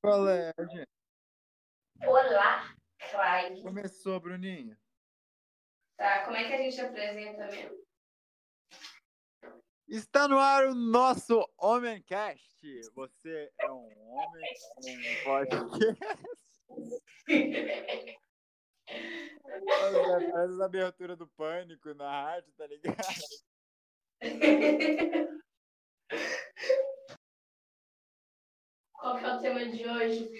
Qual é, gente? Olá, Craig. Começou, Bruninho. Tá, como é que a gente apresenta mesmo? Está no ar o nosso Homencast. Você é um homem, um podcast. Parece a abertura do pânico na rádio, tá ligado? Qual que é o tema de hoje?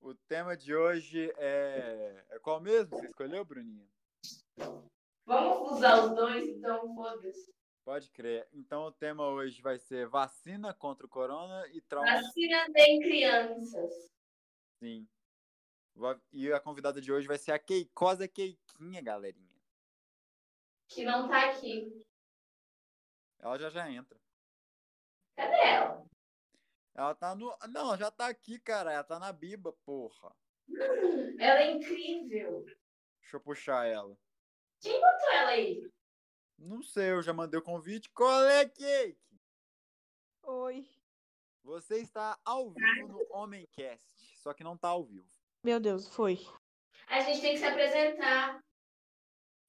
O tema de hoje é. é qual mesmo? Você escolheu, Bruninho? Vamos usar os dois, então foda-se. Pode crer. Então o tema hoje vai ser vacina contra o corona e trauma. Vacinas em crianças. Sim. Va- E a convidada de hoje vai ser a Keikosa Keiquinha, galerinha. Que não tá aqui. Ela já já entra. Cadê ela? Ela tá no. Não, já tá aqui, cara. Ela tá na Biba, porra. Ela é incrível. Deixa eu puxar ela. Quanto ela aí? Não sei, eu já mandei o convite. Qual é, Cake? Oi. Você está ao vivo no Homemcast, só que não tá ao vivo. Meu Deus, foi. A gente tem que se apresentar.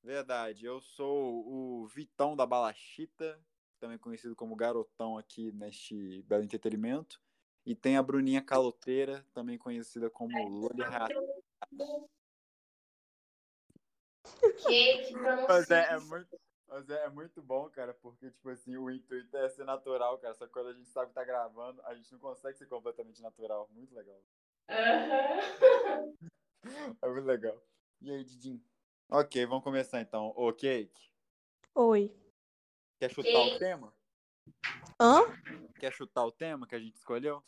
Verdade, eu sou o Vitão da Balachita, também conhecido como Garotão aqui neste belo entretenimento. E tem a Bruninha Caloteira, também conhecida como Loli Rato. Que que Mas pronuncia. é, é muito, mas é, é muito bom, cara, porque, tipo assim, o intuito é ser natural, cara. Só que quando a gente sabe que tá gravando, a gente não consegue ser completamente natural. Muito legal. Aham. É muito legal. E aí, Didim? Ok, vamos começar então. Ô, Cake, Oi. quer chutar Cake. o tema? Hã? Quer chutar o tema que a gente escolheu?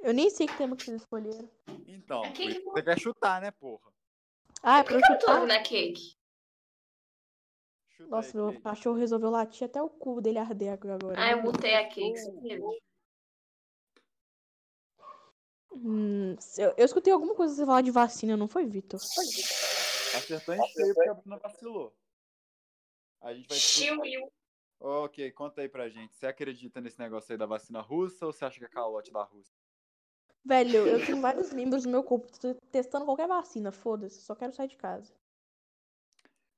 Eu nem sei que tema que vocês escolheram. Então, É que- você quer chutar, né, porra? Ah, é pra Por eu que eu tô chutar? na cake? Chuta Nossa, aí, meu Cake. cachorro resolveu latir até o cu dele arder agora. Ah, eu mutei a cake. sem querer. Hum, se eu, eu escutei alguma coisa você falar de vacina, não foi, Vitor? Acertou em cheio porque a Bruna vacilou. A gente vai. discutir. Chiu. Ok, conta aí pra gente. Você acredita nesse negócio aí da vacina russa ou você acha que é calote da Rússia? Velho, eu tenho vários membros do meu corpo tô testando qualquer vacina, foda-se, só quero sair de casa.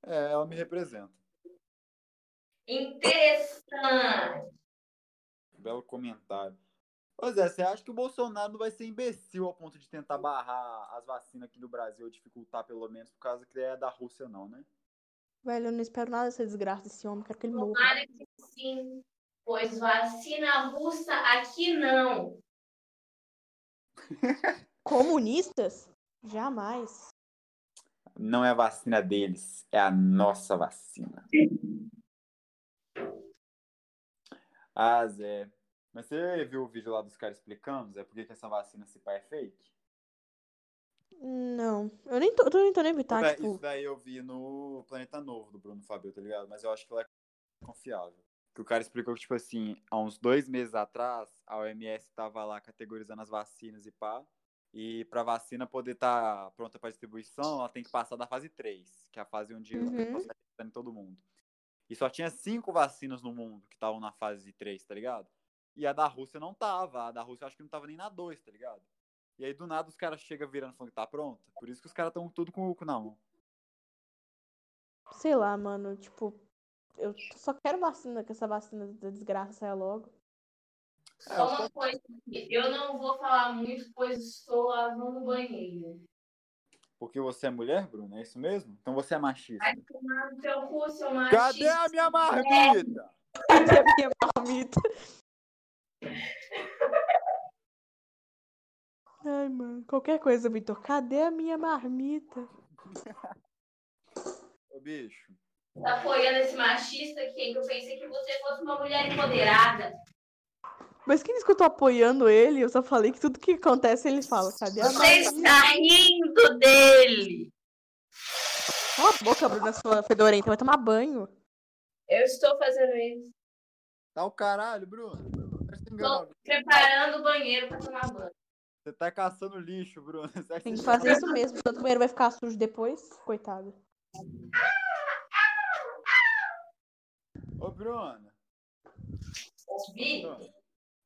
É, ela me representa. Interessante. Belo comentário. Pois é, você acha que o Bolsonaro não vai ser imbecil ao ponto de tentar barrar as vacinas aqui do Brasil, ou dificultar pelo menos, por causa que é da Rússia, não, né? Velho, eu não espero nada dessa desgraça desse homem, quero que ele morra. Tomara que sim, pois vacina russa aqui não. Comunistas? Jamais. Não é a vacina deles, é a nossa vacina. Ah, Zé. Mas você viu o vídeo lá dos caras explicando, Zé, por que que essa vacina se pá é fake? Não. Eu nem tô, eu tô tentando evitar, Isso daí- tipo. Isso daí eu vi no Planeta Novo do Bruno Fabio, tá ligado? Mas eu acho que ela é confiável. Que o cara explicou que, tipo assim, há uns dois meses atrás, a OMS tava lá categorizando as vacinas e pá. E pra vacina poder estar pronta pra distribuição, ela tem que passar da fase 3, que é a fase onde Uhum. a pessoa tá testando em todo mundo. E só tinha cinco vacinas no mundo que estavam na fase 3, tá ligado? E a da Rússia não tava. A da Rússia eu acho que não tava nem na 2, tá ligado? E aí do nada os caras chegam virando falando que tá pronta. Por isso que os caras estão tudo com o cu na mão. Sei lá, mano, tipo, eu só quero vacina, que essa vacina da desgraça saia logo. Ah, Só uma coisa, eu não vou falar muito, pois estou lavando o banheiro. Porque você é mulher, Bruno? É isso mesmo? Então você é machista. Ai, Tomar no teu cu, Então, seu Cadê machista. a minha marmita? Cadê É a minha marmita? Ai, mano, qualquer coisa, Vitor. Cadê a minha marmita? Ô, bicho. Tá apoiando esse machista que eu pensei que você fosse uma mulher empoderada. Mas quem disse que eu tô apoiando ele? Eu só falei que tudo que acontece ele fala. Cadê a Você marmita? está rindo dele. Cala a boca, Bruna, sua fedorenta. Vai tomar banho. Eu estou fazendo isso. Tá o caralho, Bruno. Tá se enganando. Preparando o banheiro para tomar banho. Você tá caçando lixo, Bruno. Você acha Tem que que- fazer isso mesmo, senão o banheiro vai ficar sujo depois. Coitada. Ô, Bruno. Ouvi? Bruno.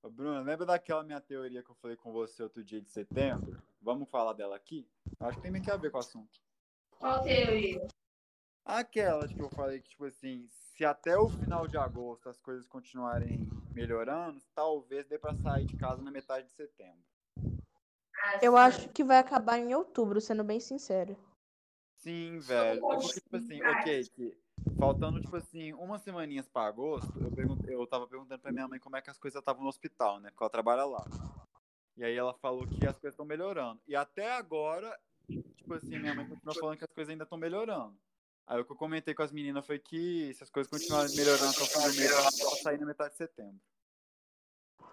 Ô, Bruno, lembra daquela minha teoria que eu falei com você outro dia de setembro? Vamos falar dela aqui? Acho que tem meio que a ver com o assunto. Qual teoria? Aquela que eu falei que, tipo assim, se até o final de agosto as coisas continuarem melhorando, talvez dê pra sair de casa na metade de setembro. Ah, Eu sim. acho que vai acabar em outubro, sendo bem sincero. Sim, velho. É Porque, tipo assim, ok, que faltando, tipo assim, umas semaninhas pra agosto, eu, perguntei, eu tava perguntando pra minha mãe como é que as coisas estavam no hospital, né? Porque ela trabalha lá. E aí ela falou que as coisas estão melhorando. E até agora, tipo assim, minha mãe continua falando que as coisas ainda estão melhorando. Aí o que eu comentei com as meninas foi que se as coisas continuarem melhorando até o final do mês, ela vai sair na metade de setembro.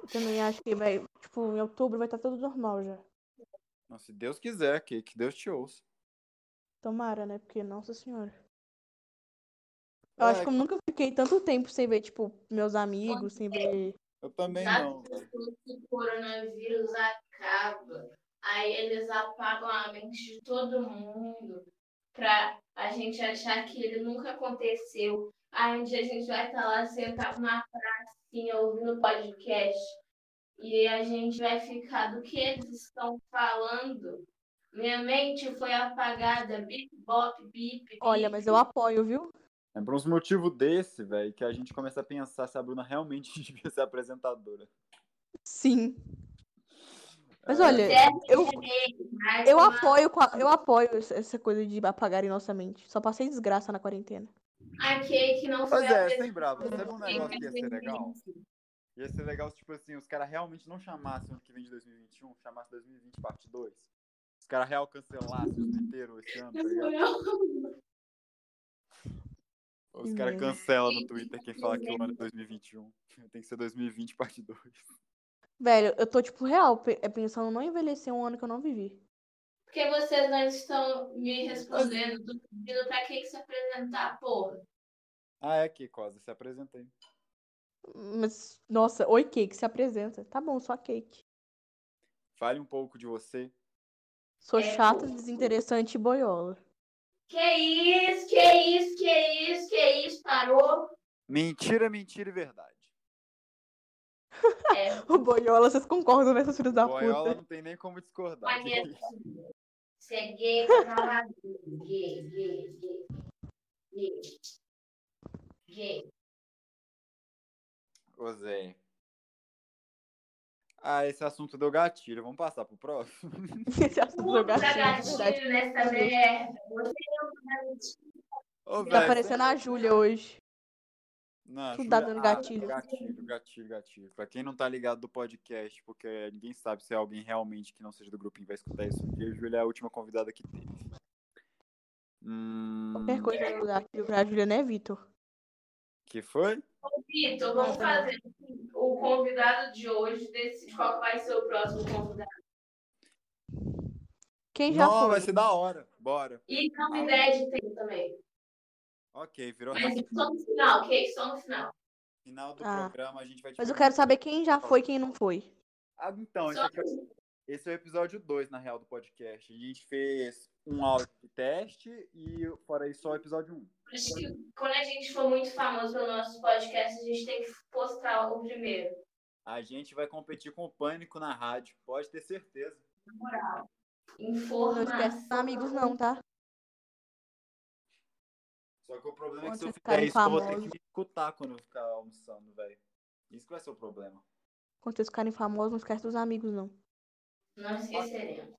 Eu também acho que vai, tipo, em outubro vai estar tudo normal já. Não, se Deus quiser, que, que Deus te ouça. Tomara, né? Porque, nossa senhora. Eu acho É, que eu nunca fiquei tanto tempo sem ver, tipo, meus amigos, sem ver. Eu também Sabe não, velho. quando o coronavírus acaba, aí eles apagam a mente de todo mundo pra a gente achar que ele nunca aconteceu. Aí um dia a gente vai estar lá sentado na pracinha ouvindo podcast e a gente vai ficar do que eles estão falando. Minha mente foi apagada, bip, bop, bip. bip. Olha, mas eu apoio, viu? É por uns motivos desse, velho, que a gente começa a pensar se a Bruna realmente devia ser apresentadora. Sim. Mas É, olha, Deve eu- ter, mas eu uma- apoio, qua- eu apoio essa essa coisa de apagar em nossa mente. Só passei desgraça na quarentena. Aquele que não foi Pois é, apresentado. sem brava. Sabe um negócio que ia ser legal? Ia ser legal se, tipo assim, os caras realmente não chamassem o que vem de 2021, chamassem 2020 parte 2. Os caras real cancelassem o ano inteiro esse ano, tá ligado? Ou Os caras Meu. cancelam no Twitter quem fala que o ano é 2021. Tem que ser 2020 parte 2. Velho, eu tô, tipo, real, pe- é pensando em não envelhecer um ano que eu não vivi. Por que vocês não estão me respondendo? Tô pedindo pra quem que se apresentar, porra. Ah, é aqui, Cosa, se apresenta aí. Mas, nossa, oi, Cake, se apresenta. Tá bom, só Cake. Fale um pouco de você. Sou É, chata, pô. desinteressante e boiola. Que isso, que isso, que isso, que isso, parou? Mentira, mentira e verdade. É, O boiola, vocês concordam nessas filhas da Boiola puta? não tem nem como discordar. maneiro. Você é gay, tá Gay, gay, gay. Gay. Gay. Ô, Zé. Ah, esse assunto deu gatilho. Vamos passar pro próximo? Esse assunto Puta é gatilho, é verdade. gatilho nessa merda. Você não Ô, Tá velho, parecendo a Júlia hoje. Não, Tudo Júlia- tá dando ah, gatilho. Gatilho, gatilho, gatilho. Pra quem não tá ligado do podcast, porque ninguém sabe se é alguém realmente que não seja do grupinho vai escutar isso, porque a Júlia é a última convidada que teve. Hum, Qualquer coisa é gatilho pra Júlia, né, Vitor? que foi? Vitor, vamos fazer assim, o convidado de hoje decide qual vai ser o próximo convidado. Quem já Não, vai foi? ser da hora. Bora. E não ideia de tempo também. Ok, virou Mas hack. só no final, ok? Só no final. Final do Ah. programa a gente vai... Mas eu quero saber quem já foi e quem não foi. Ah, então, esse Só aqui é o- Esse é o episódio 2, na real, do podcast. A gente fez um áudio de teste e, fora isso, só o episódio 1. Um. acho que quando a gente for muito famoso no nosso podcast, a gente tem que postar o primeiro. A gente vai competir com o Pânico na rádio, pode ter certeza. Não esquece dos Informação. amigos, não, tá? Só que o problema é que Quando se eu vocês ficarem fizer isso, eu vou ter que famosos. me escutar quando eu ficar almoçando, velho. Isso que vai ser o problema. Quando vocês ficarem famosos, não esquece dos amigos, não. Não esqueceremos.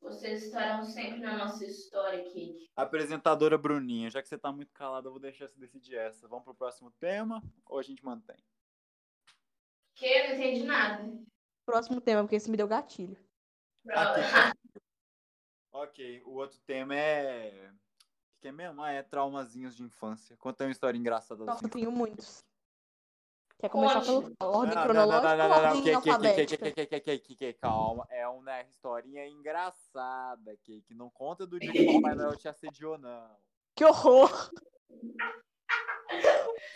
Vocês estarão sempre na nossa história, Kiki. Apresentadora Bruninha, já que você tá muito calada, eu vou deixar você decidir essa. Vamos pro próximo tema ou a gente mantém? Que eu não entendi nada. Próximo tema, porque esse me deu gatilho. Aqui. ok, o outro tema é. O que é mesmo? Ah, é traumazinhos de infância. Conta uma história engraçada assim. da Nossa, sua eu tenho muitos. Quer começar pela Ótimo. ordem Não, não, não, cronológica não, ou não, não, que, ordem que, que, que, alfabética? que, que, que, que, que, que, calma. É uma historinha engraçada, que, que não conta do dia que o Papai Noel te assediou, não. Que horror!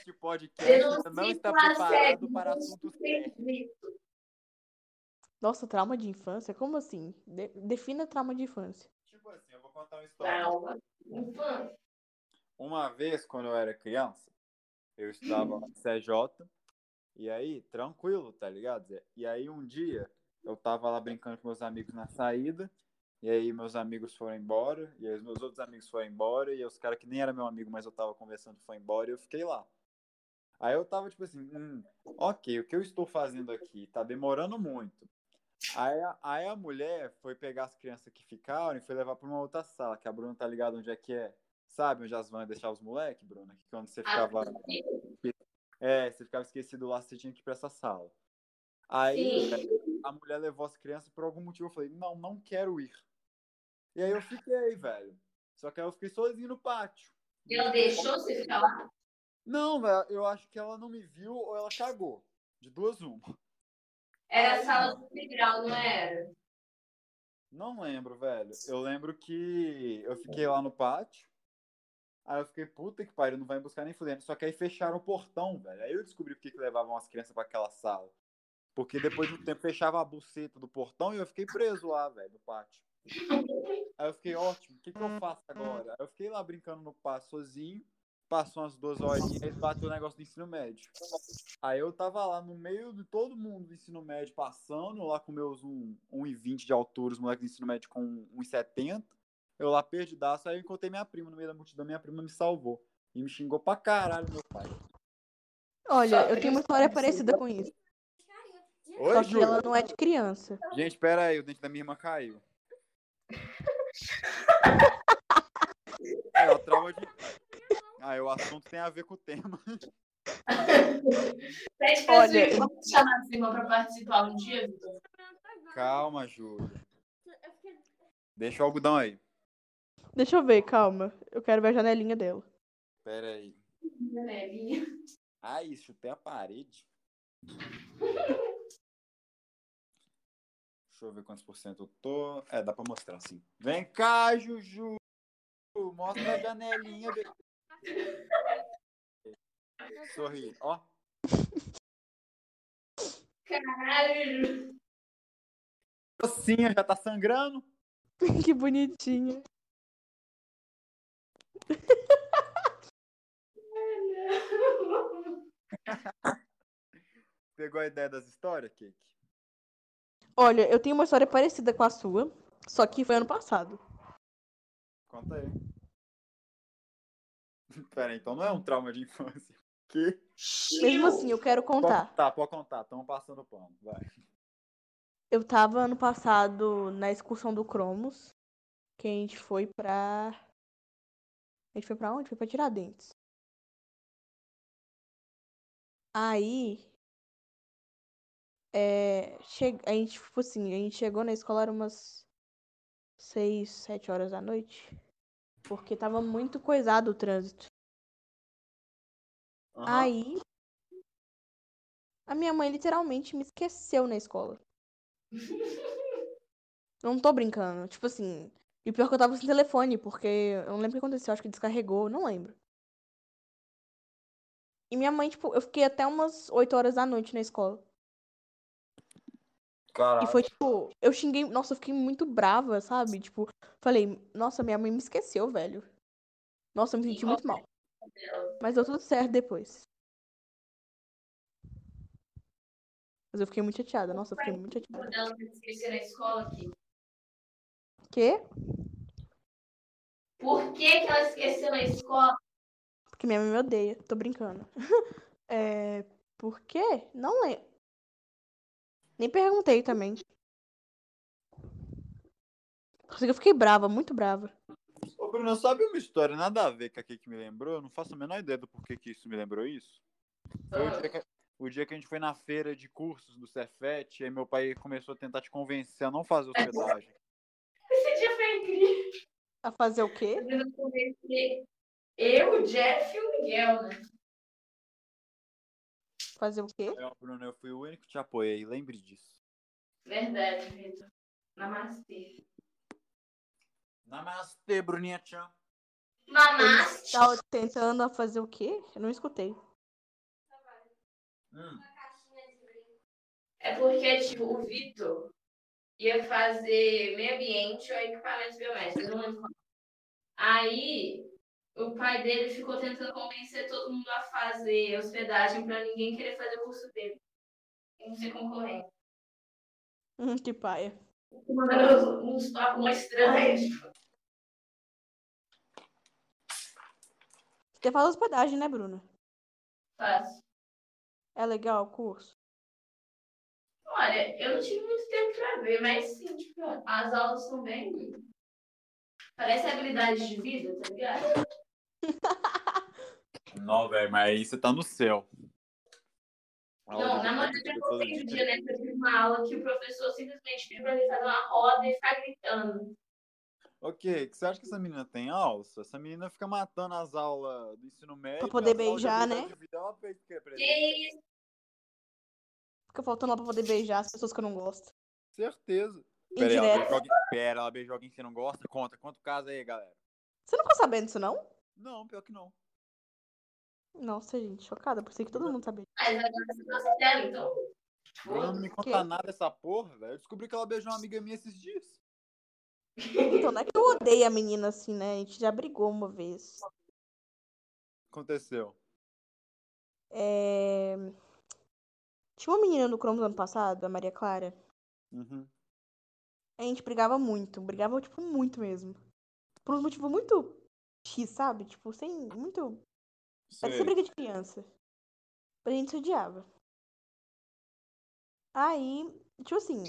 Este podcast Denuncie não está com assédio, preparado para assuntos sérios. Entendi. Nossa, trauma de infância? Como assim? De- defina trauma de infância. Tipo assim, eu vou contar uma história. Calma. Infância. Uma vez, quando eu era criança, Eu estudava no CJ. E aí, tranquilo, tá ligado? Zé? E aí um dia eu tava lá brincando com meus amigos na saída. E aí meus amigos foram embora. E aí os meus outros amigos foram embora. E aí, os caras que nem era meu amigo, mas eu tava conversando, foram embora. E eu fiquei lá. Aí eu tava tipo assim, hum, ok, o que eu estou fazendo aqui tá demorando muito. Aí, a- aí a mulher foi pegar as crianças que ficaram e foi levar pra uma outra sala, que a Bruna tá ligada onde é que é. Sabe onde as vans deixar os moleques, Bruna? Que quando você Ah, ficava. É, você ficava esquecido lá, você tinha que ir pra essa sala. Aí Sim. a mulher levou as crianças por algum motivo. Eu falei, não, não quero ir. E aí eu fiquei, velho. Só que aí eu fiquei sozinho no pátio. Ela deixou você ficar lá? Não, velho, eu acho que ela não me viu ou ela cagou. De duas uma. Era a sala do integral, não era? Não lembro, velho. Eu lembro que eu fiquei lá no pátio. Aí eu fiquei, puta que pariu, não vai me buscar nem fudendo. Só que aí fecharam o portão, velho. Aí eu descobri por que que levavam as crianças pra aquela sala. Porque depois de um tempo fechava a buceta do portão e eu fiquei preso lá, velho, no pátio. Aí eu fiquei, ótimo, o que, que eu faço agora? Aí eu fiquei lá brincando no pátio sozinho. Passou umas duas horinhas e bateu o negócio do ensino médio. Aí eu tava lá no meio de todo mundo do ensino médio passando, lá com meus 1 1,20 de altura, os moleques do ensino médio com 1,70. Eu lá perdidaço, aí eu encontrei minha prima no meio da multidão, minha prima me salvou. E me xingou pra caralho, meu pai. Olha, eu tenho uma história parecida com isso. Oi, Só que Júlia. ela não é de criança. Gente, pera aí, o dente da minha irmã caiu. é, o trauma de... Ah, o assunto tem a ver com o tema. Pede pra Olha, Olha, vamos chamar a prima pra participar um dia, Vitor? Calma, Júlia. Deixa o algodão aí. Deixa eu ver, calma. Eu quero ver a janelinha dela. Pera aí. Né, Bia? Ai, chutei a parede. Deixa eu ver quantos por cento eu tô. É, dá pra mostrar, sim. Vem cá, Juju! Mostra a janelinha. be- Sorri, ó. Caralho, Docinha, já tá sangrando? que bonitinha. Pegou a ideia das histórias, Cake? Olha, eu tenho uma história parecida com a sua, só que foi ano passado. Conta aí. Pera, então não é um trauma de infância. Que? Mesmo assim, eu quero contar. Tá, pode contar. Estamos passando o pano. Vai. Eu tava ano passado na excursão do Cromos, que a gente foi pra. A gente foi pra onde? Foi pra Tiradentes. Aí. É, che... A gente, tipo assim, a gente chegou na escola, era umas seis, sete horas da noite. Porque tava muito coisado o trânsito. Aham. Aí. A minha mãe literalmente me esqueceu na escola. Não tô brincando. Tipo assim. E o pior que eu tava sem telefone, porque eu não lembro o que aconteceu, acho que descarregou, não lembro. E minha mãe, tipo, eu fiquei até umas 8 horas da noite na escola. E Caralho. foi tipo, eu xinguei, nossa, eu fiquei muito brava, sabe? Tipo, falei, nossa, minha mãe me esqueceu, velho. Nossa, eu me senti muito mal. Mas deu tudo certo depois. Mas eu fiquei muito chateada, nossa, eu fiquei muito chateada. quando ela me esquecer na escola aqui. Quê? Por que, que ela esqueceu na escola? Porque minha mãe me odeia, tô brincando. é. Por quê? Não lembro. Nem perguntei também. Só sei que eu fiquei brava, muito brava. Ô, Bruno, sabe uma história nada a ver com a que me lembrou? Eu não faço a menor ideia do porquê que isso me lembrou isso. Foi o Ah. dia que, o dia que a gente foi na feira de cursos do Cefet, aí meu pai começou a tentar te convencer a não fazer hospedagem. É. Esse dia foi incrível. A fazer o quê? Eu não convenci Eu, o Jeff e o Miguel, né? Fazer o quê? Eu, Bruno, eu fui o único que te apoiei, lembre disso. Verdade, Vitor. Namastê. Namastê, Bruninha Tchan. Namastê. Tava Tá tentando a fazer o quê? Eu não escutei. Hum, É porque, tipo, o Vitor ia fazer meio ambiente ou equipamentos biomédicos. eu não lembro qual. Aí O pai dele ficou tentando convencer todo mundo a fazer hospedagem pra ninguém querer fazer o curso dele. E não ser concorrente. Hum, que paia. Mandaram uns uns papos mais estranhos. tipo, Você fala hospedagem, né, Bruna? fácil. É legal o curso? Olha, eu não tive muito tempo pra ver, mas sim, tipo, as aulas são bem. Parece habilidade de vida, tá ligado? Não, velho, mas aí você tá no céu. Não, na maioria Aula de- é eu tenho um dia, né? que Eu tive uma aula que o professor simplesmente pediu pra mim fazer uma roda e ficar gritando. Ok, que você acha que essa menina tem alça? Essa menina fica matando as aulas do ensino médio. Pra poder as aulas de beijar, habilidade né? de vida, ela fez o quê pra gente? Que isso? Fica faltando lá pra poder beijar as pessoas que eu não gosto. Certeza. Pera, aí, ela Indireto. beijou alguém, pera, ela beijou alguém que você não gosta? Conta, conta o caso aí, galera. Você não ficou sabendo disso, não? Não, pior que não. Nossa, gente, chocada. Pensei que todo mundo sabia. Mas agora você tá certo, então. Bruno não me Ok. conta nada dessa porra, velho. Eu descobri que ela beijou uma amiga minha esses dias. Então, não é que eu odeio a menina assim, né? A gente já brigou uma vez. Aconteceu. É... Tinha uma menina no Cromo do ano passado, a Maria Clara. Uhum. A gente brigava muito, brigava, tipo, muito mesmo. Por um motivo muito X, sabe? Tipo, sem. Muito. Sei. Parecia briga de criança. A gente se odiava. Aí, tipo assim,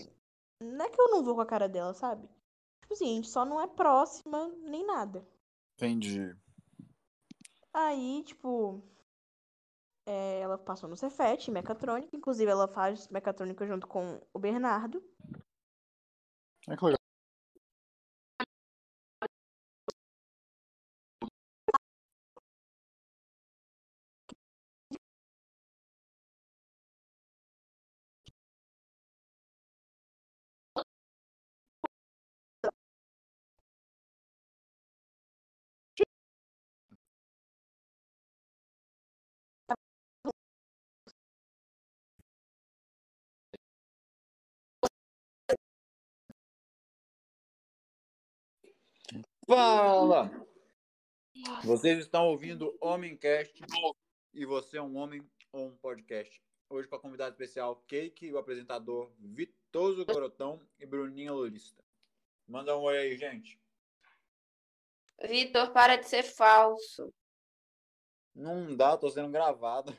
não é que eu não vou com a cara dela, sabe? Tipo assim, a gente só não é próxima nem nada. Entendi. Aí, tipo, é, ela passou no Cefet, em mecatrônica. Inclusive, ela faz mecatrônica junto com o Bernardo. É que legal. Fala! Vocês estão ouvindo Homemcast e você é um homem ou um podcast. Hoje com a convidada especial Cake, o apresentador Vitoso Corotão e Bruninha Lulista. Manda um oi aí, gente. Vitor, para de ser falso. Não dá, tô sendo gravado.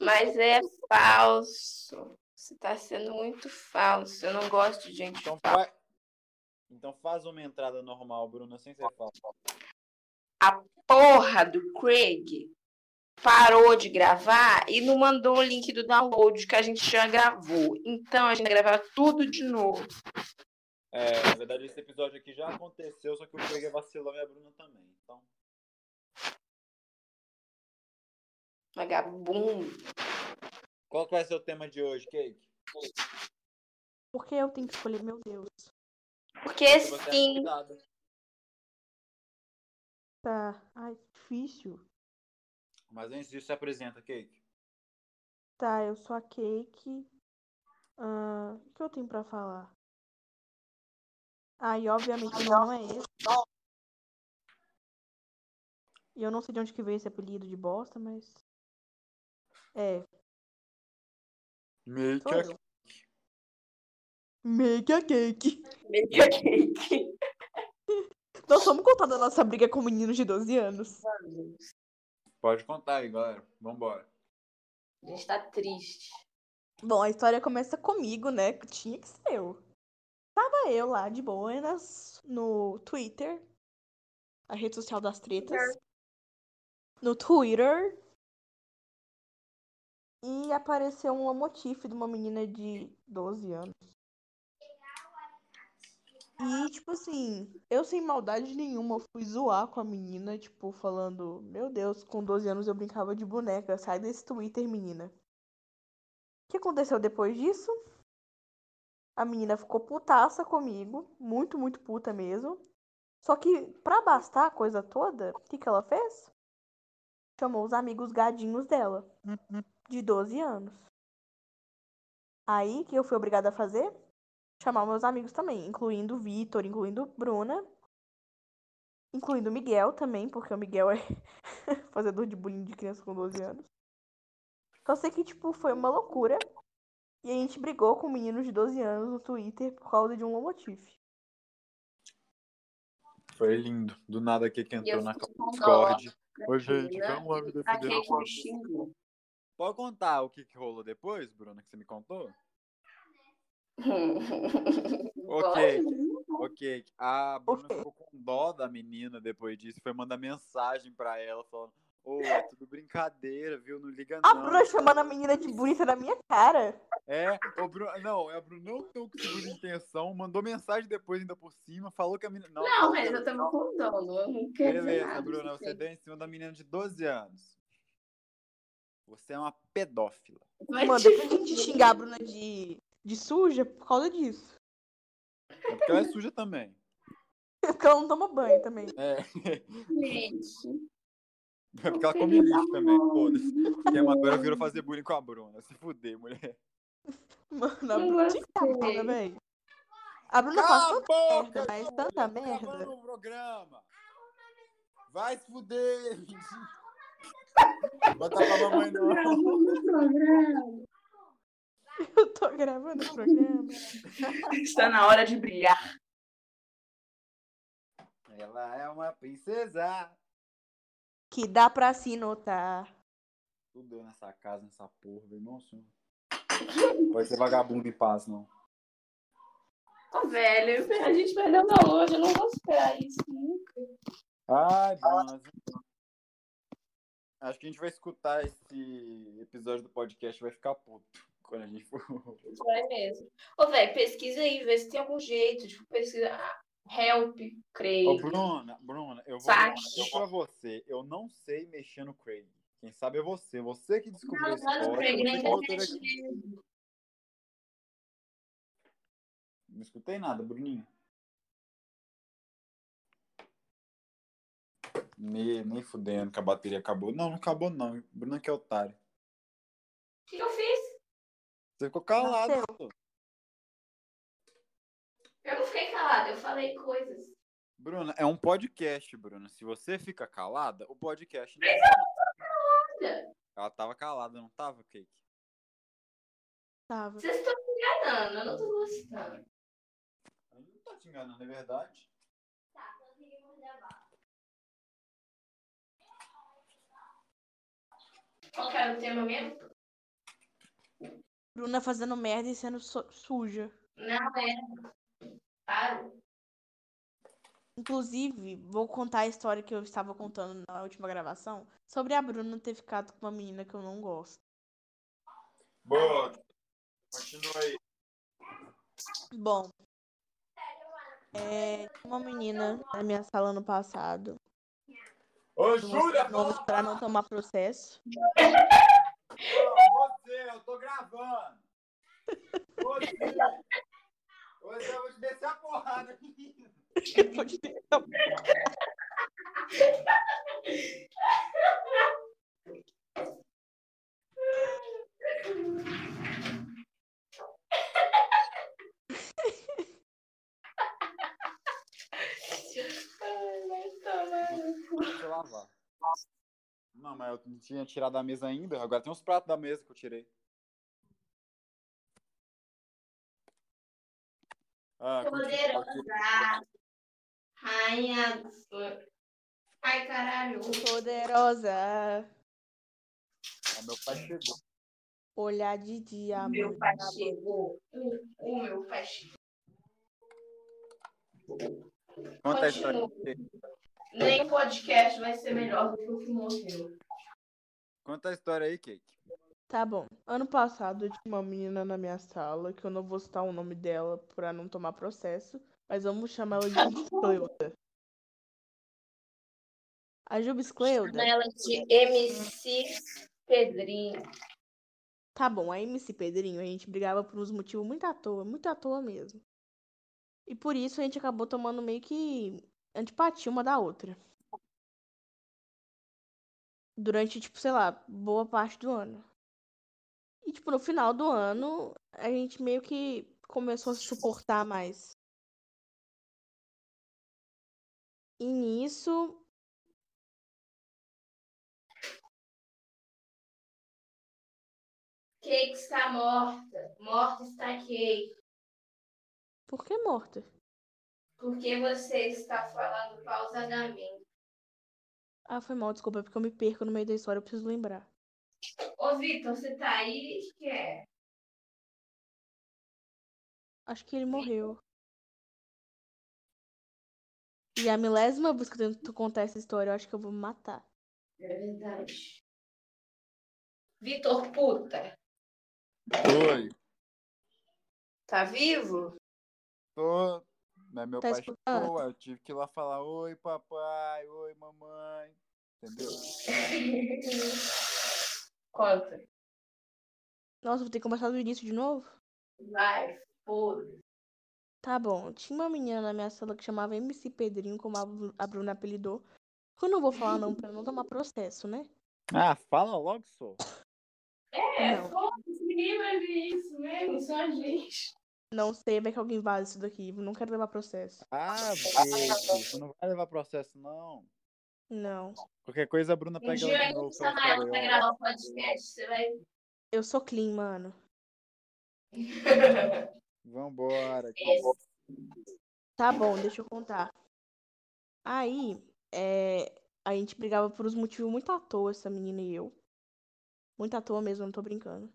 Mas é falso. Você tá sendo muito falso. Eu não gosto de gente Então, fa- então faz uma entrada normal, Bruna, sem ser falso. Porra do Craig parou de gravar e não mandou o link do download que a gente já gravou. Então a gente vai gravar tudo de novo. É, na verdade, esse episódio aqui já aconteceu, só que o Craig é vacilão e a Bruna também. Então, Vagabundo. qual que vai ser o tema de hoje, Cake? Por que eu tenho que escolher? Meu Deus. Porque Você é sim, convidada. Tá. Ai, que difícil. Mas antes disso, se apresenta, Cake. Tá, eu sou a Cake. Ahn, o que eu tenho pra falar? Ah, e obviamente o nome não é esse. E eu não sei de onde que veio esse apelido de bosta, mas. É, Meio sou eu. Make a cake. Media Cake. Nós vamos contar da nossa briga com meninos de 12 anos. Pode contar aí, galera. Vambora. A gente tá triste. Bom, a história começa comigo, né? que Tinha que ser eu. Tava eu lá de boas no Twitter, a rede social das tretas. No Twitter. E apareceu um motif de uma menina de 12 anos. E, tipo assim, eu sem maldade nenhuma fui zoar com a menina, tipo, falando: Meu Deus, com 12 anos eu brincava de boneca, sai desse Twitter, menina. O que aconteceu depois disso? A menina ficou putaça comigo, muito, muito puta mesmo. Só que, pra bastar a coisa toda, o que, que ela fez? Chamou os amigos gadinhos dela, de 12 anos. Aí, o que eu fui obrigada a fazer? Chamar meus amigos também, incluindo o Vitor, incluindo Bruna. Incluindo o Miguel também, porque o Miguel é fazedor de bullying de criança com 12 anos. Só sei que, tipo, foi uma loucura. E a gente brigou com meninos de 12 anos no Twitter por causa de um lomotif. Foi lindo. Do nada aqui que E eu entrou na fiquei com Discord. dó né? Tá Oi, gente, daquela. vamos lá me A defender Kate agora. me xingou. Pode contar o que, que rolou depois, Bruna, que você me contou? Ok. Ok, a Bruna Uhum. Ok. ficou com dó da menina depois disso, foi mandar mensagem pra ela falando: Ô, é tudo brincadeira, viu? Não liga A não. Bruna chamando a menina de bonita na minha cara. É, o Bruno, não, é a Bruna não tão com segura intenção, mandou mensagem depois ainda por cima, falou que a menina. Não, Não, mas eu tava com dó, eu não quero dizer Beleza, nada, Bruna, não você sei. deu em cima da menina de 12 anos. Você é uma pedófila. Vai Mano, te depois a gente fuder. xingar a Bruna de, de suja por causa disso. É porque ela é suja também. Porque ela não toma banho também. É, Gente, é porque ela come lixo também. Foda-se. é O tema agora virou fazer bullying com a Bruna. Se fuder, mulher. Mano, a Não Bruna gostei. tinha que acabar, velho. A Bruna faz Cala tanto. a boca, merda, mas Júlia, tanta tá merda. acabando o programa. Vai se fuder. Bota pra mamãe tá não. gravando o programa. Eu tô gravando o programa. Está na hora de brilhar. Ela é uma princesa. Que dá pra tá? se notar. Tudo deu nessa casa, nessa porra, velho. Nossa. Pode ser vagabundo em paz, não. Ô, velho, a gente vai dar hoje, eu não vou esperar isso né? nunca. Ai, Bruna. Acho que a gente vai escutar esse episódio do podcast e vai ficar puto quando a gente for. Vai mesmo. Ô, velho, pesquisa aí, vê se tem algum jeito. Tipo, pesquisa. ah, Help, creio. Ô, Bruna, Bruna, eu vou Saque. eu pra você. Eu não sei mexer no Craig. Quem sabe é você. Você que descobriu Não, esse não, código. Craig, né? na você internet botou ele aqui. mesmo. Não escutei nada, Bruninho. Me, nem fudendo que a bateria acabou. Não, não acabou não. Bruno que é otário. O que que eu fiz? Você ficou calado. Nasceu. pô. Eu não fiquei calada, eu falei coisas. Bruna, é um podcast, Bruna. Se você fica calada, o podcast não é calada. Ela tava calada, não tava, Cake? Tava. Vocês estão me enganando, eu não tô gostando. Ela não tá te enganando, é verdade. Tá, conseguimos gravar. Qual que era o tema mesmo? Bruna fazendo merda e sendo su- suja. Não, é. Claro. Inclusive, vou contar a história que eu estava contando na última gravação sobre a Bruna ter ficado com uma menina que eu não gosto. Boa. Continua aí. Bom, é, tinha uma menina na minha sala ano passado. Ô, Eu vou citar nomes pra não tomar processo. Você, eu tô gravando. Você. Hoje eu vou te descer a porrada. Eu vou te deixar- Ai, vai tomar no cu. Deixa eu lavar. Não, mas eu não tinha tirado da mesa ainda. Agora tem uns pratos da mesa que eu tirei. Ah, continua. Poderosa. Rainha do fã. Ai, caralho. Poderosa, Ah, meu pai chegou. olhar de dia, Meu amor. pai chegou. O o meu pai chegou. Conta a história. Nem podcast vai ser melhor do que o que morreu. Conta a história aí, Cake. Tá bom. Ano passado eu tinha uma menina na minha sala, que eu não vou citar o nome dela pra não tomar processo, mas vamos chamar ela de Jubes Cleuda. A Jubes Cleuda, Ela de MC Pedrinho. tá bom, a MC Pedrinho, a gente brigava por uns motivos muito à toa, muito à toa mesmo. E por isso a gente acabou tomando meio que antipatia uma da outra. Durante, tipo, sei lá, boa parte do ano. E, tipo, no final do ano, a gente meio que começou a se suportar mais. E nisso. Cake está morta. Morta está Cake. Por que morta? Porque você está falando pausadamente. Ah, foi mal, desculpa, é porque eu me perco no meio da história, eu preciso lembrar. Ô, Vitor, você tá aí? O que é? Acho que ele morreu. E a milésima vez que eu tento contar essa história, eu acho que eu vou me matar. É verdade. Vitor, puta, Oi. tá vivo? Tô. Mas meu Tá pai escutando? chegou, aí eu tive que ir lá falar: Oi, papai, oi, mamãe. Entendeu? Conta. Nossa, vou ter que começar do início de novo? Vai, foda. Tá bom, tinha uma menina na minha sala que chamava MC Pedrinho, como a Bru- a Bruna apelidou. Eu não vou falar não, pra eu não tomar processo, né? Ah, fala logo, sou. É, Não. foda-se, ninguém vai ver isso mesmo, só a gente. Não sei, vai que alguém vaza isso daqui, não quero levar processo. Ah, bicho, tu não vai levar processo, não. Não, Qualquer coisa a Bruna Um pega dia ela a de novo gente pelo chama ela pra cabelo. gravar o podcast, você vai eu sou clean, mano. ver. Vambora. que- Tá bom, deixa eu contar. Aí, é, a gente brigava por uns motivos muito à toa, essa menina e eu. Muito à toa mesmo, não tô brincando.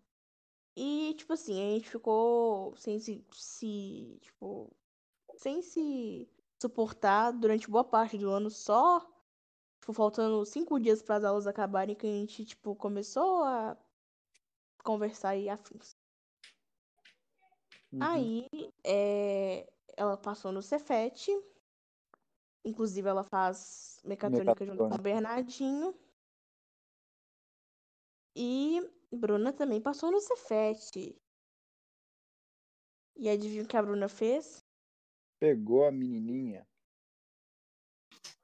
E, tipo assim, a gente ficou sem se, se, tipo, sem se suportar durante boa parte do ano, só, tipo, faltando cinco dias para as aulas acabarem, que a gente, tipo, começou a conversar e afins. Uhum. Aí, é, ela passou no Cefet. Inclusive, ela faz mecatrônica, junto com o Mecatrônica. Bernardinho. E Bruna também passou no Cefet. E adivinha o que a Bruna fez? Pegou a menininha.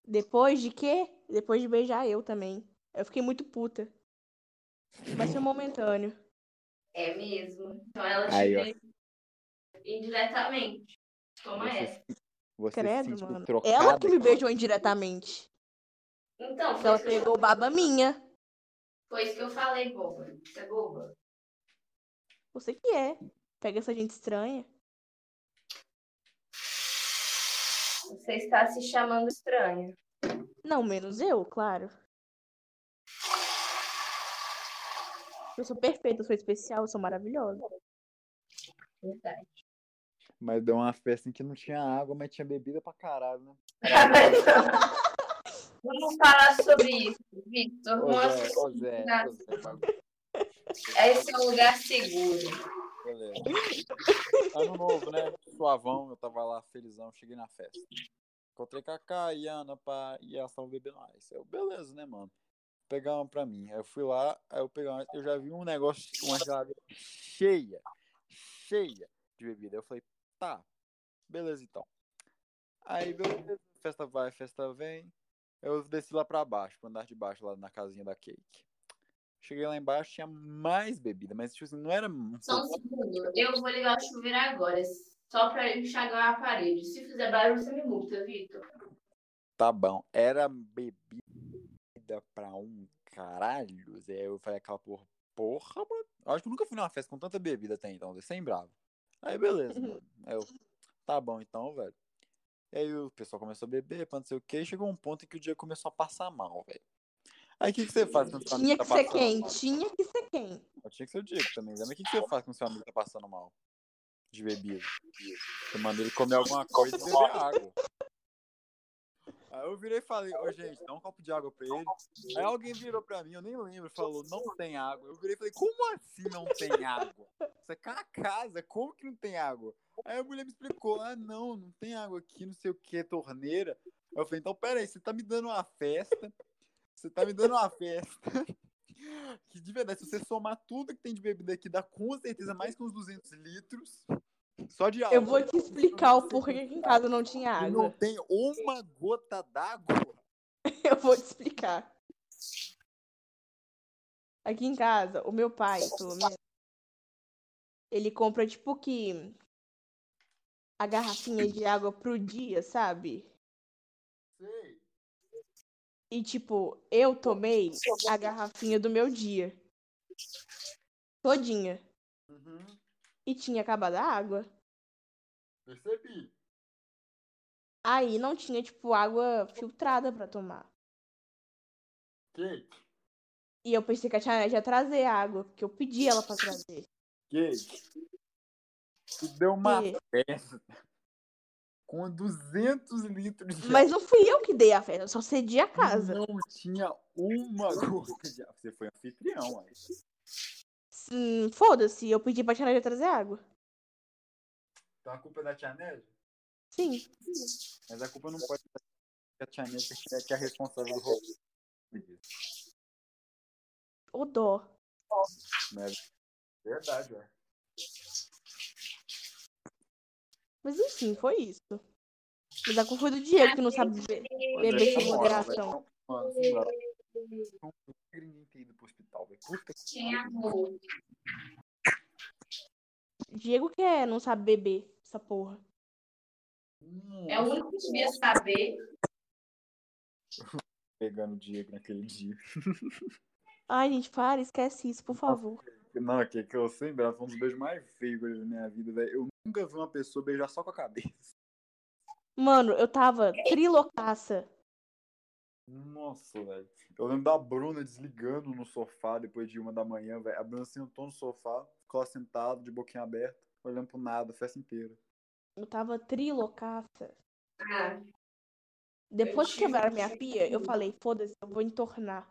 Depois de quê? Depois de beijar eu também. Eu fiquei muito puta. Mas foi momentâneo. É mesmo. Então ela te Aí, ó. vê indiretamente. Como Você é? Você se Credo, sentiu mano. trocada? Ela que me beijou indiretamente. Então, Porque foi ela isso que eu- pegou baba minha. foi isso que eu falei, boba. Você é boba. Você que é. Pega essa gente estranha. Você está se chamando estranho. Não, menos eu, claro. Eu sou perfeita, eu sou especial, eu sou maravilhosa. Verdade. Mas deu uma festa em que não tinha água, mas tinha bebida pra caralho, né? Ah, Vamos falar sobre isso, Victor. Ô, Nossa, Zé, ô, Zé, ô, Zé, bagulho, esse é um lugar seguro. galera. Ano novo, né? Suavão, eu tava lá felizão, cheguei na festa. Encontrei Kaká e Ana pá, e elas estavam bebendo ice. Eu, beleza, né, mano? Pegar uma pra mim. Aí eu fui lá, aí eu peguei uma, eu já vi um negócio, uma geladeira cheia, cheia de bebida. Eu falei, tá, beleza então. Aí, beleza, festa vai, festa vem. Eu desci lá pra baixo, pro andar de baixo, lá na casinha da Cake. Cheguei lá embaixo, tinha mais bebida, mas tipo assim, não era. um Só um segundo. Eu vou ligar o chuveiro agora, só para ele enxaguar a parede. Se fizer barulho, você me multa, Victor. Tá bom. Era bebida pra um caralho. Zé. Eu falei aquela porra, porra, mano. Eu Acho que eu nunca fui numa festa com tanta bebida até então, Zé, sem bravo. Aí beleza, mano. Aí eu, tá bom então, velho. E aí o pessoal começou a beber, pra não sei o que, chegou um ponto em que o dia começou a passar mal, velho. Aí o que, que você faz quando seu Tinha amigo que tá ser passando quem? mal? Tinha que ser quem? Tinha que ser o Diego também, Zé. Mas o que, que você faz quando seu amigo tá passando mal? De bebida. Você manda ele comer alguma coisa e beber água. Aí eu virei e falei, ô gente, dá um copo de água pra ele. Aí alguém virou pra mim, eu nem lembro, falou, não tem água. Eu virei e falei, como assim não tem água? Isso aqui é uma casa, como que não tem água? Aí a mulher me explicou, ah não, não tem água aqui, não sei o que, torneira. Eu falei, então peraí, você tá me dando uma festa, você tá me dando uma festa. Que de verdade, se você somar tudo que tem de bebida aqui, dá com certeza mais que uns 200 litros. Só de água. Eu vou te explicar o porquê que aqui em casa não tinha E não água. tem uma gota d'água. Eu vou te explicar. Aqui em casa, o meu pai, pelo menos, ele compra tipo que a garrafinha de água pro dia, sabe? Sei. E, tipo, eu tomei a garrafinha do meu dia. Todinha. Uhum. E tinha acabado a água. Percebi. Aí não tinha, tipo, água filtrada pra tomar. Kate, E eu pensei que a tia Nete ia trazer água, porque eu pedi ela pra trazer. Kate. Tu deu uma E- festa com 200 litros de Mas não fui eu que dei a festa, eu só cedi a casa. Não tinha uma gota de água. Você foi anfitrião, ué. Hum, Foda-se, eu pedi pra tia Nete trazer água. Então a culpa é da Tia Neve? Sim. Mas a culpa não pode ser da Tia Neve, que é- que é a responsável do roubo. Ô dó. Verdade, ué. Mas enfim, foi isso. Mas a culpa foi do Diego, que não sabe be- beber com moderação. Mano, sem moral. Não queria ninguém ter ido pro hospital, velho. Puta que Tinha amor. Diego que é, não sabe beber, essa porra. É o pariu. único que devia saber. Pegando o Diego naquele dia. Ai, gente, para, esquece isso, por favor. Não, é que, que eu sei, Brasil, foi um dos beijos mais feios da minha vida, velho. Eu nunca vi uma pessoa beijar só com a cabeça. Mano, eu tava trilocaça. Nossa, velho. Eu lembro da Bruna desligando no sofá depois de uma da manhã, velho. A Bruna sentou no sofá, ficou lá sentado, de boquinha aberta, olhando pro nada, a festa inteira. Eu tava trilocaça. Ah, Depois que tive quebraram um minha pia, eu falei, foda-se, eu vou entornar.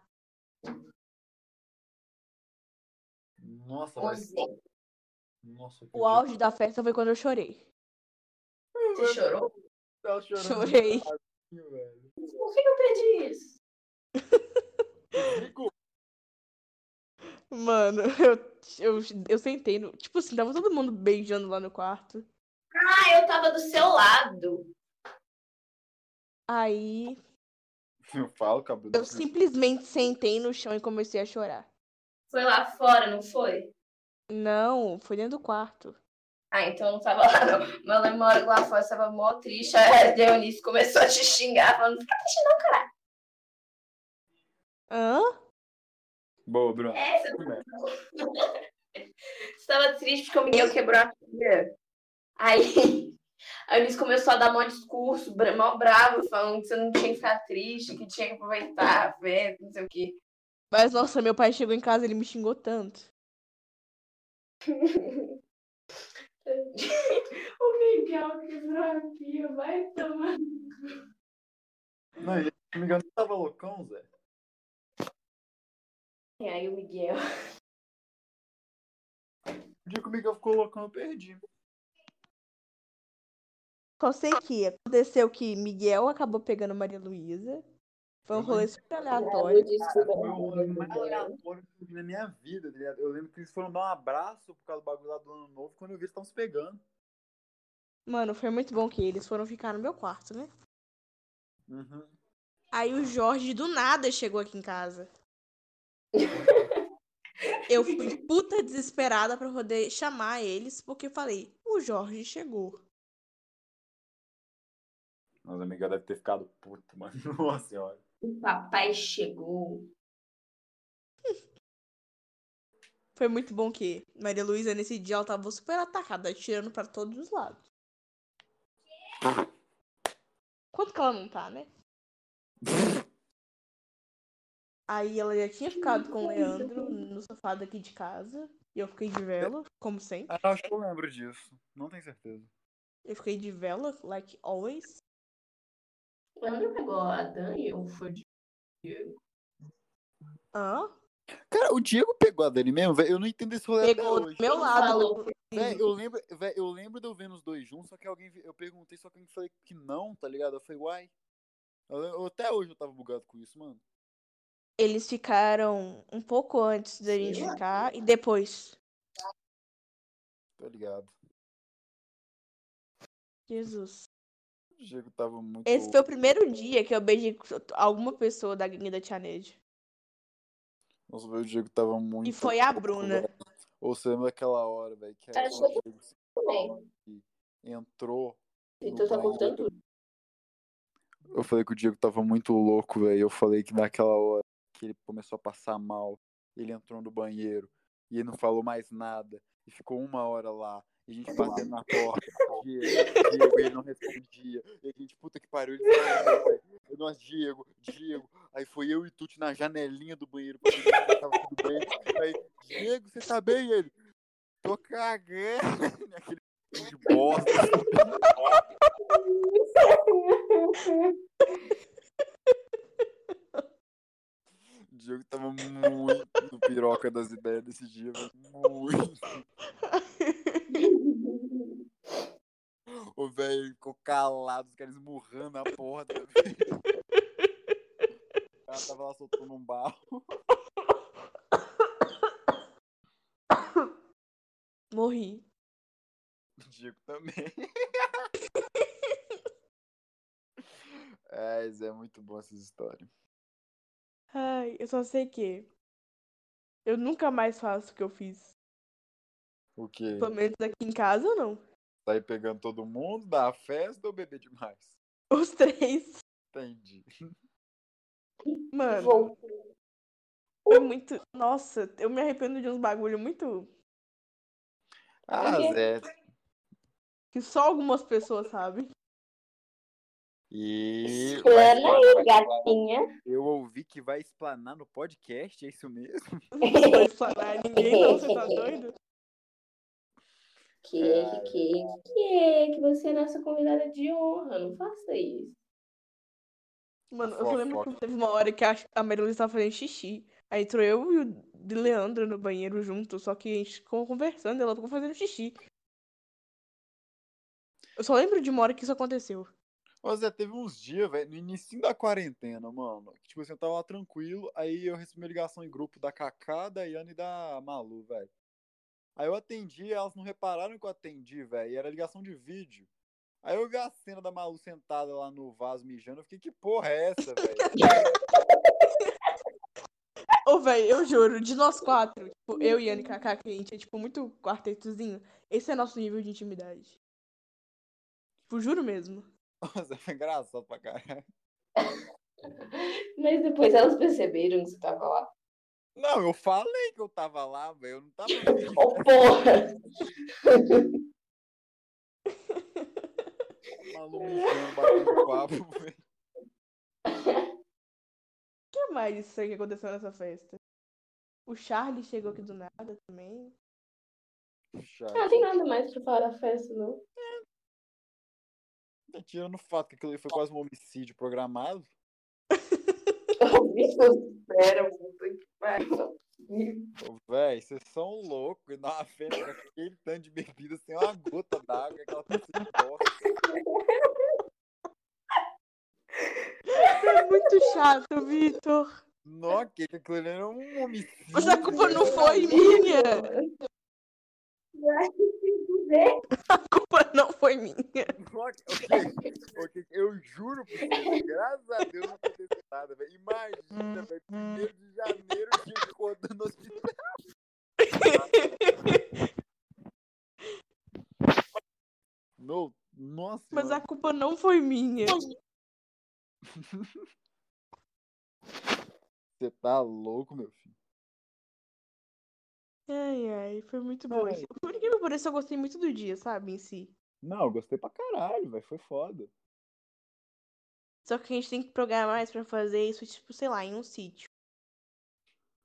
Nossa, onze. Nossa, que O auge da festa foi quando eu chorei. Você chorou? Tá chorando Chorei. sozinho, velho. Por que eu perdi isso? Rico, Mano, eu, eu, eu sentei no. Tipo assim, tava todo mundo beijando lá no quarto. Ah, eu tava do seu lado. Aí Eu falo, cabelo. eu simplesmente sentei no chão e comecei a chorar. Foi lá fora, não foi? Não, foi dentro do quarto. Ah, então eu não tava lá, não. Mas eu lembro uma hora que lá fora, eu tava mó triste. Aí a Dionísio começou a te xingar, falando, fica triste não, caralho. Hã? Boa, Bruna. É, você Você tava triste porque o Miguel quebrou a filha. Aí a Eunice começou a dar mó discurso, bra- mó bravo, falando que você não tinha que ficar triste, que tinha que aproveitar a festa, não sei o quê. Mas nossa, meu pai chegou em casa, ele me xingou tanto. o Miguel quebrou a pia, vai tomar. Não, e se não me engano, tava loucão, Zé. E aí o Miguel. O dia que o Miguel ficou loucão, eu perdi. Só sei que aconteceu que Miguel acabou pegando Maria Luísa. Foi um rolê super aleatório. Cara, foi o ano mais aleatório que eu vi na minha vida, tá ligado? Eu lembro que eles foram dar um abraço por causa do bagulho lá do ano novo, quando eu vi eles estavam se pegando. Mano, foi muito bom que eles foram ficar no meu quarto, né? Uhum. Aí o Jorge do nada chegou aqui em casa. Eu fui puta desesperada pra poder chamar eles, porque eu falei, o Jorge chegou. Mas o Miguel deve ter ficado puto, mano. Nossa senhora. O papai chegou. Foi muito bom que Maria Luísa, nesse dia, ela tava super atacada, atirando pra todos os lados. Quanto que ela não tá, né? Aí ela já tinha ficado com o Leandro no sofá daqui de casa. E eu fiquei de vela, como sempre. Ah, acho que eu lembro disso. Não tenho certeza. Eu fiquei de vela, like always. O André pegou a Dani ou foi de Diego? Hã? Cara, o Diego pegou a Dani mesmo, velho. Eu não entendo esse rolê até Pegou Ah, do hoje. meu Ele lado. falou. Véi, eu lembro, véi, eu lembro de eu vendo os dois juntos, só que alguém. Eu perguntei, só que alguém falei que não, tá ligado? Eu falei, uai. Eu lem- eu- até hoje eu tava bugado com isso, mano. Eles ficaram um pouco antes da gente lá. ficar e depois. Tá ligado? Jesus. O Diego tava muito. Esse foi o primeiro dia que eu beijei alguma pessoa da gangue da Tia Neide. Nossa, véi, o Diego tava muito. E foi a Bruna. Ou você lembra daquela hora, velho, que Cara, o chegou Diego Tudo bem. entrou. Então tá no banheiro. contando tudo. O Eu falei que o Diego tava muito louco, velho. Eu falei que naquela hora que ele começou a passar mal, ele entrou no banheiro e ele não falou mais nada. E ficou uma hora lá. E a gente batendo na porta. Diego, Diego, ele não respondia. E a gente, puta que pariu, ele saiu, velho. Eu, Nós, Diego, Diego. Aí foi eu e Tuti na janelinha do banheiro pra ver se tava tudo bem. Aí, Diego, você tá bem? E ele? Tô cagando. Aquele de bosta. O Diego tava muito piroca das ideias desse dia, velho. Muito. O velho ficou calado, os caras esmurrando a porta. velho. O cara tava lá soltando um barro. Morri. O Diego também. É, Zé, é muito bom essas histórias. Ai, eu só sei que eu nunca mais faço o que eu fiz. O quê? Pelo menos aqui em casa, não. Sair pegando todo mundo, dar a festa ou beber demais? Os três. Entendi. Mano, Bom, foi muito. Nossa, eu me arrependo de uns bagulho muito. Ah, Porque- Zé. que só algumas pessoas sabem. E. explana aí, gatinha. Eu ouvi que vai explanar no podcast, é isso mesmo? Não vai explanar ninguém, não, você tá doido? Que, que, que, que você é nossa convidada de honra. Não faça isso. Mano, eu só lembro que teve uma hora que a, a Marilyn tava fazendo xixi. Aí entrou eu e o de Leandro no banheiro junto, só que a gente ficou conversando e ela ficou fazendo xixi. Eu só lembro de uma hora que isso aconteceu. Ô, Zé, é, teve uns dias, velho, no início da quarentena, mano. Que, tipo assim, eu tava lá tranquilo, aí eu recebi uma ligação em grupo da Cacá, da Iana e da Malu, velho. Aí eu atendi, elas não repararam que eu atendi, velho, e era ligação de vídeo. Aí eu vi a cena da Malu sentada lá no vaso mijando, eu fiquei, que porra é essa, velho? Ô, velho, eu juro, de nós quatro, tipo, eu e Anne Kaká, que a gente é, tipo, muito quartetozinho, esse é nosso nível de intimidade. Tipo, juro mesmo. Nossa, foi engraçado pra caralho. Mas depois elas perceberam que você tava lá. Não, eu falei que eu tava lá, velho, eu não tava... fingindo. Ô, porra! Malu mijando, batendo papo, velho. O que mais isso aí que aconteceu nessa festa? O Charlie chegou aqui do nada também. Puxa, Ah, tem nada mais pra falar da festa, não. Tá tirando o fato que aquilo ali foi quase um homicídio programado. Eu vi que eu espero, puta que pariu. Ô, Véi, vocês são loucos. E dá uma festa com aquele tanto de bebida sem uma gota d'água, aquela coisa de bosta. É muito chato, Vitor. Não, que aquilo ali era um homicídio. né? Mas a culpa não foi minha. Ai, se puder. A culpa não foi minha. Nó que- ok, ok, Eu juro pra vocês, graças a Deus não aconteceu nada, velho. Imagina, velho, primeiro de janeiro, o Diego acordando no hospital. Meu, nossa. Mas mano. a culpa não foi minha. Você tá louco, meu filho. Ai, ai, foi muito bom. Ai. isso. Por que me parece, eu gostei muito do dia, sabe, em si. Não, eu gostei pra caralho, velho. Foi foda. Só que a gente tem que programar mais pra fazer isso, tipo, sei lá, em um sítio.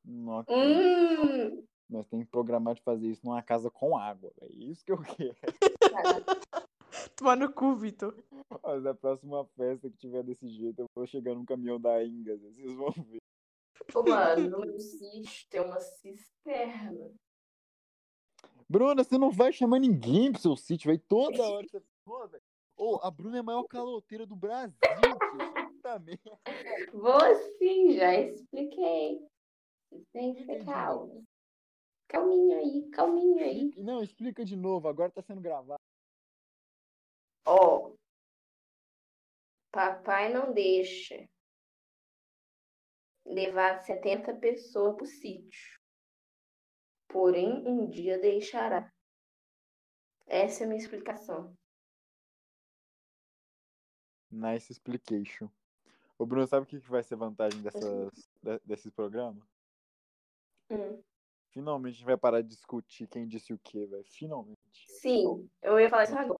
Nó que- Hum, Nós temos que programar de fazer isso numa casa com água. É isso que eu quero. Tomar no cu, Vitor. Mas a próxima festa que tiver desse jeito, eu vou chegar num caminhão da Inga. Zé. Vocês vão ver. Ô, mano, no meu sítio tem uma cisterna. Bruna, você não vai chamar ninguém pro seu sítio, velho. Toda hora você. Pô, velho. Ô, a Bruna é a maior caloteira do Brasil, tio. Puta merda. Vou sim, já expliquei. Vocês têm que Entendi. ter calma. Calminho aí, calminho aí. E Não, explica de novo. Agora tá sendo gravado. Ó, papai não deixa levar 70 pessoas pro sítio. Porém, um dia deixará. Essa é a minha explicação. Nice explication. Ô, Bruno, sabe o que que vai ser vantagem dessas, de- desses programas? Hum. Finalmente a gente vai parar de discutir quem disse o quê, velho. Finalmente. Sim, eu ia falar isso agora.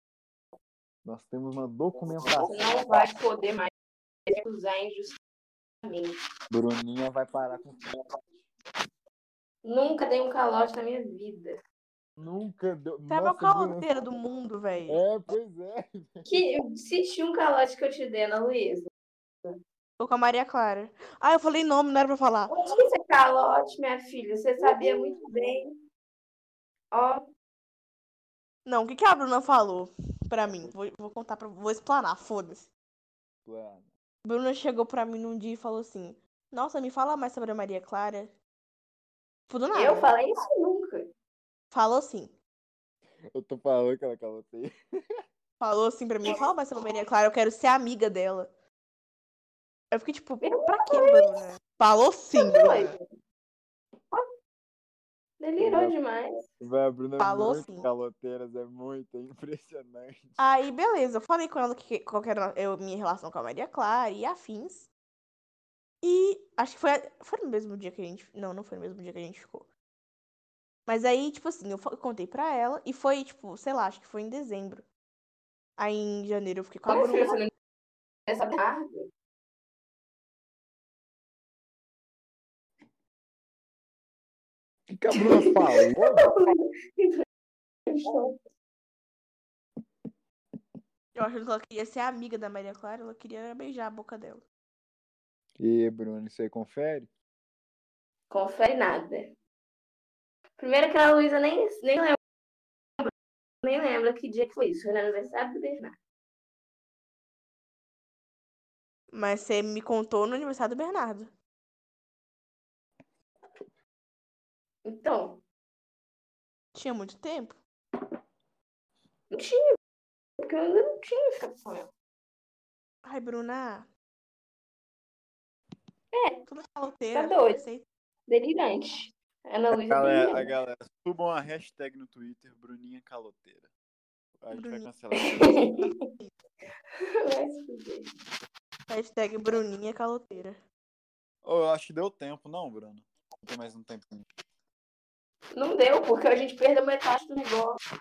Nós temos uma Você documentação. não vai poder mais acusar injustamente. Bruninha vai parar com. Nunca dei um calote na minha vida. Nunca deu. Você é a maior Nossa, Bruno. caloteira do mundo, velho. É, pois é. Que, se tinha um calote que eu te dei, Ana Luísa. Tô com a Maria Clara. Ah, eu falei nome, não era pra falar. Onde que você calote, minha filha? Você sabia muito bem. Ó, Não, o que, que a Bruna falou pra mim? Vou, vou contar pra. Vou explanar, foda-se. Plano. Bruna chegou pra mim num dia e falou assim: Nossa, me fala mais sobre a Maria Clara. Tudo nada. eu falei isso nunca. Falou assim. Eu tô falando que ela é caloteia. Falou assim pra mim: Fala mais sobre a Maria Clara, eu quero ser amiga dela. Eu fiquei tipo: Eu Pra que, Bruna? Falou sim, Bruna. Tá Doido. Ó, Delirou demais. Vai, a Bruna é Falou muito sim. Ah. caloteiras, é muito, é impressionante. Aí, beleza, eu falei com ela que, qual que era eu, minha relação com a Maria Clara e afins. E acho que foi, foi no mesmo dia que a gente. Não, não foi no mesmo dia que a gente ficou. Mas aí, tipo assim, eu fa- eu contei pra ela e foi, tipo, sei lá, acho que foi em dezembro. Aí em janeiro eu fiquei com a Como é que Bruna. você não essa tarde? O que, que a Bruna falou? Eu acho que ela queria ser amiga da Maria Clara, ela queria beijar a boca dela. E, Bruno, isso aí confere? Confere nada. Primeiro que a Luísa nem, nem lembra. Nem lembra que dia que foi isso. Foi no aniversário do Bernardo. Mas você me contou no aniversário do Bernardo. Então, Tinha muito tempo? não tinha. Porque eu ainda não tinha ficado com ela. Ai, Bruna. É. Tudo caloteira. Tá doido. aceita. Delirante. Ana Luísa Galera, a delirante. galera, subam a hashtag no Twitter, Bruninha Caloteira. A gente vai Bruninha. cancelar. Vai se fuder. Hashtag Bruninha Caloteira. Oh, eu acho que deu tempo, não, Bruno? Tem mais um tempinho. Não deu, porque a gente perdeu metade do negócio.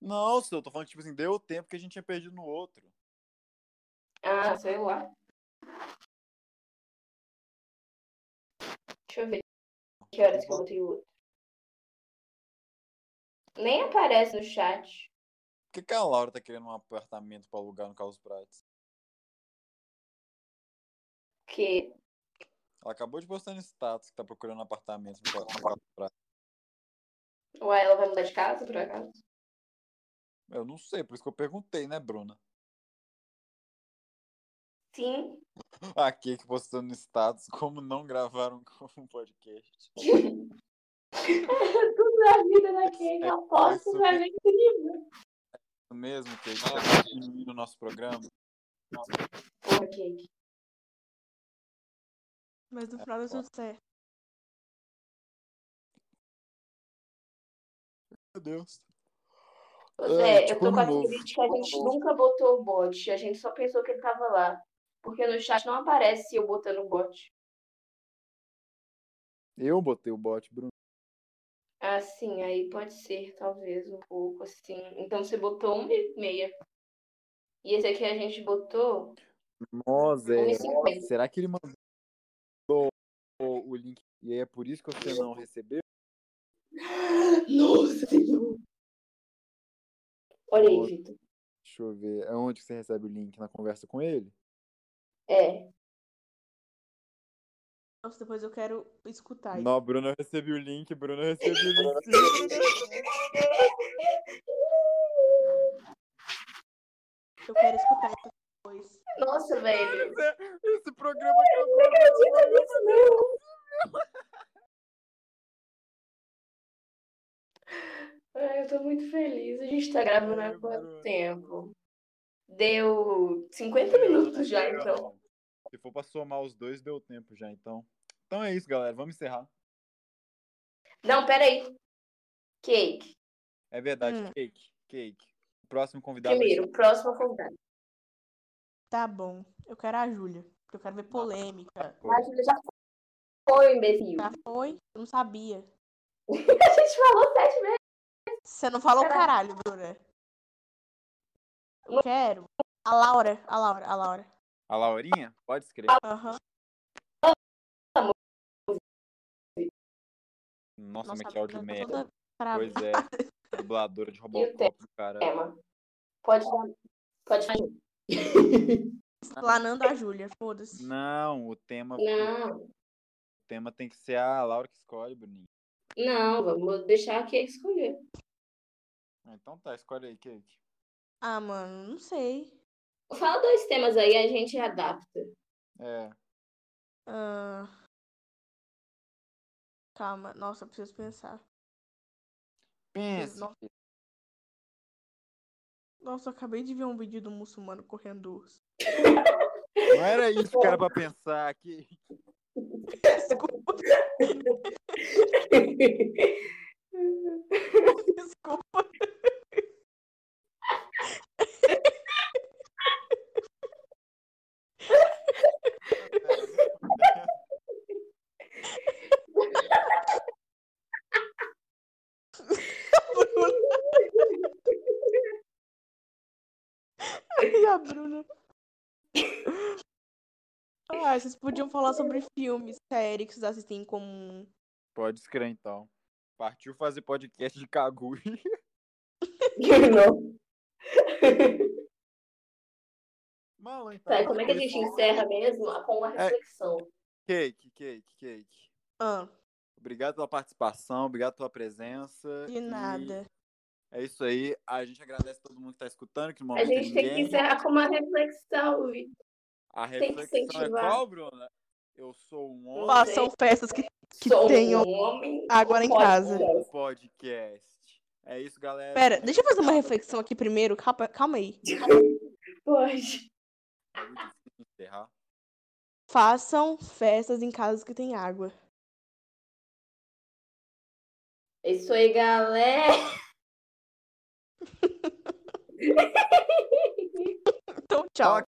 Não, seu, eu tô falando que, tipo assim, deu tempo que a gente tinha perdido no outro. Ah, sei lá. Deixa eu ver. Que horas que eu botei o outro? Nem aparece no chat. Por que, que a Laura tá querendo um apartamento pra alugar no Carlos Prates? Porque Ela acabou de postar no status que tá procurando um apartamento no Carlos Prates. ou ela vai mudar de casa, por acaso. Eu não sei, por isso que eu perguntei, né, Bruna? Sim. Aqui que postou no status como não gravaram um podcast. Tudo na vida daquele É, aposto isso pra que- mim incrível. Isso mesmo, que tá diminuindo o nosso programa. Porra, Kate. Mas no final deu tudo certo. Meu Deus. Ô, É, Zé, eu tipo, tô com a novo. que a gente nunca botou o bot. A gente só pensou que ele tava lá. Porque no chat não aparece eu botando o bot. Eu botei o bot, Bruno. Ah, sim, aí pode ser, talvez, um pouco assim. Então você botou uma e meia. E esse aqui a gente botou Nossa, é. 1,50. será que ele mandou o, o link e aí é por isso que você não recebeu? Nossa Senhor! Olha aí, Vitor. Deixa eu ver. Aonde que você recebe o link? Na conversa com ele? É. Nossa, depois eu quero escutar. isso. Não, Bruno, eu recebi o link, Bruno, eu recebi o link. Eu quero escutar isso depois. Nossa, velho. Esse programa Não acredito nisso, não. Ai, eu tô muito feliz. A gente tá gravando há quanto tempo? Deu 50 minutos já, então. Se for pra somar os dois, deu tempo já, então. Então é isso, galera. Vamos encerrar. Não, peraí. Cake. É verdade, Hum. cake. Cake. O próximo convidado vai ser Primeiro, próximo convidado. Tá bom. Eu quero a Júlia. Porque eu quero ver polêmica. Pô, Mas ele já foi, imbecil. Já foi? Eu não sabia. A gente falou sete vezes. Você não falou Caralho. caralho, Bruna. Eu quero. A Laura. A Laura, a Laura. A Laurinha? Pode escrever. Aham. Nossa, Nossa, mas que a áudio Bruna tá merda. toda travada. Pois é. Dubladora de Robocop, cara. Emma. Pode dar. Pode fazer. Explanando a Júlia, foda-se. Não, o tema, o Não, tema tem que ser a Laura que escolhe, Bruninho. não, vamos deixar aqui escolher. Ah, Então tá, escolhe aí, Cake. Ah, mano, não sei. Fala dois temas aí, a gente adapta. É, Ah, Calma, nossa, eu preciso pensar. pensa. Nossa. Nossa, eu acabei de ver um vídeo do muçulmano correndo urso. Não era isso que era pra pensar aqui. Desculpa, desculpa. E a Bruna? Ah, vocês podiam falar sobre filmes, séries que vocês assistem em comum. Pode escrever então. Partiu fazer podcast de Kagui. não. Mano, então. Peraí, como é que a gente encerra mesmo? Ah, Com É. uma reflexão. Cake, cake, cake. Ah, Obrigado pela participação, obrigado pela presença. de e nada. É isso aí. A gente agradece todo mundo que tá escutando, que no A momento gente tem que ninguém. encerrar com uma reflexão, Vi. A tem que reflexão é incentivar. qual, Bruna? Eu sou um homem. Ah, Façam festas que Que Sou tenham um homem. agora em casa. um podcast. É isso, galera. Pera, deixa eu fazer uma reflexão aqui primeiro. Calma, calma aí. Pode. É muito difícil encerrar. Façam festas em casas que tem água. É isso aí, galera. Então, tchau.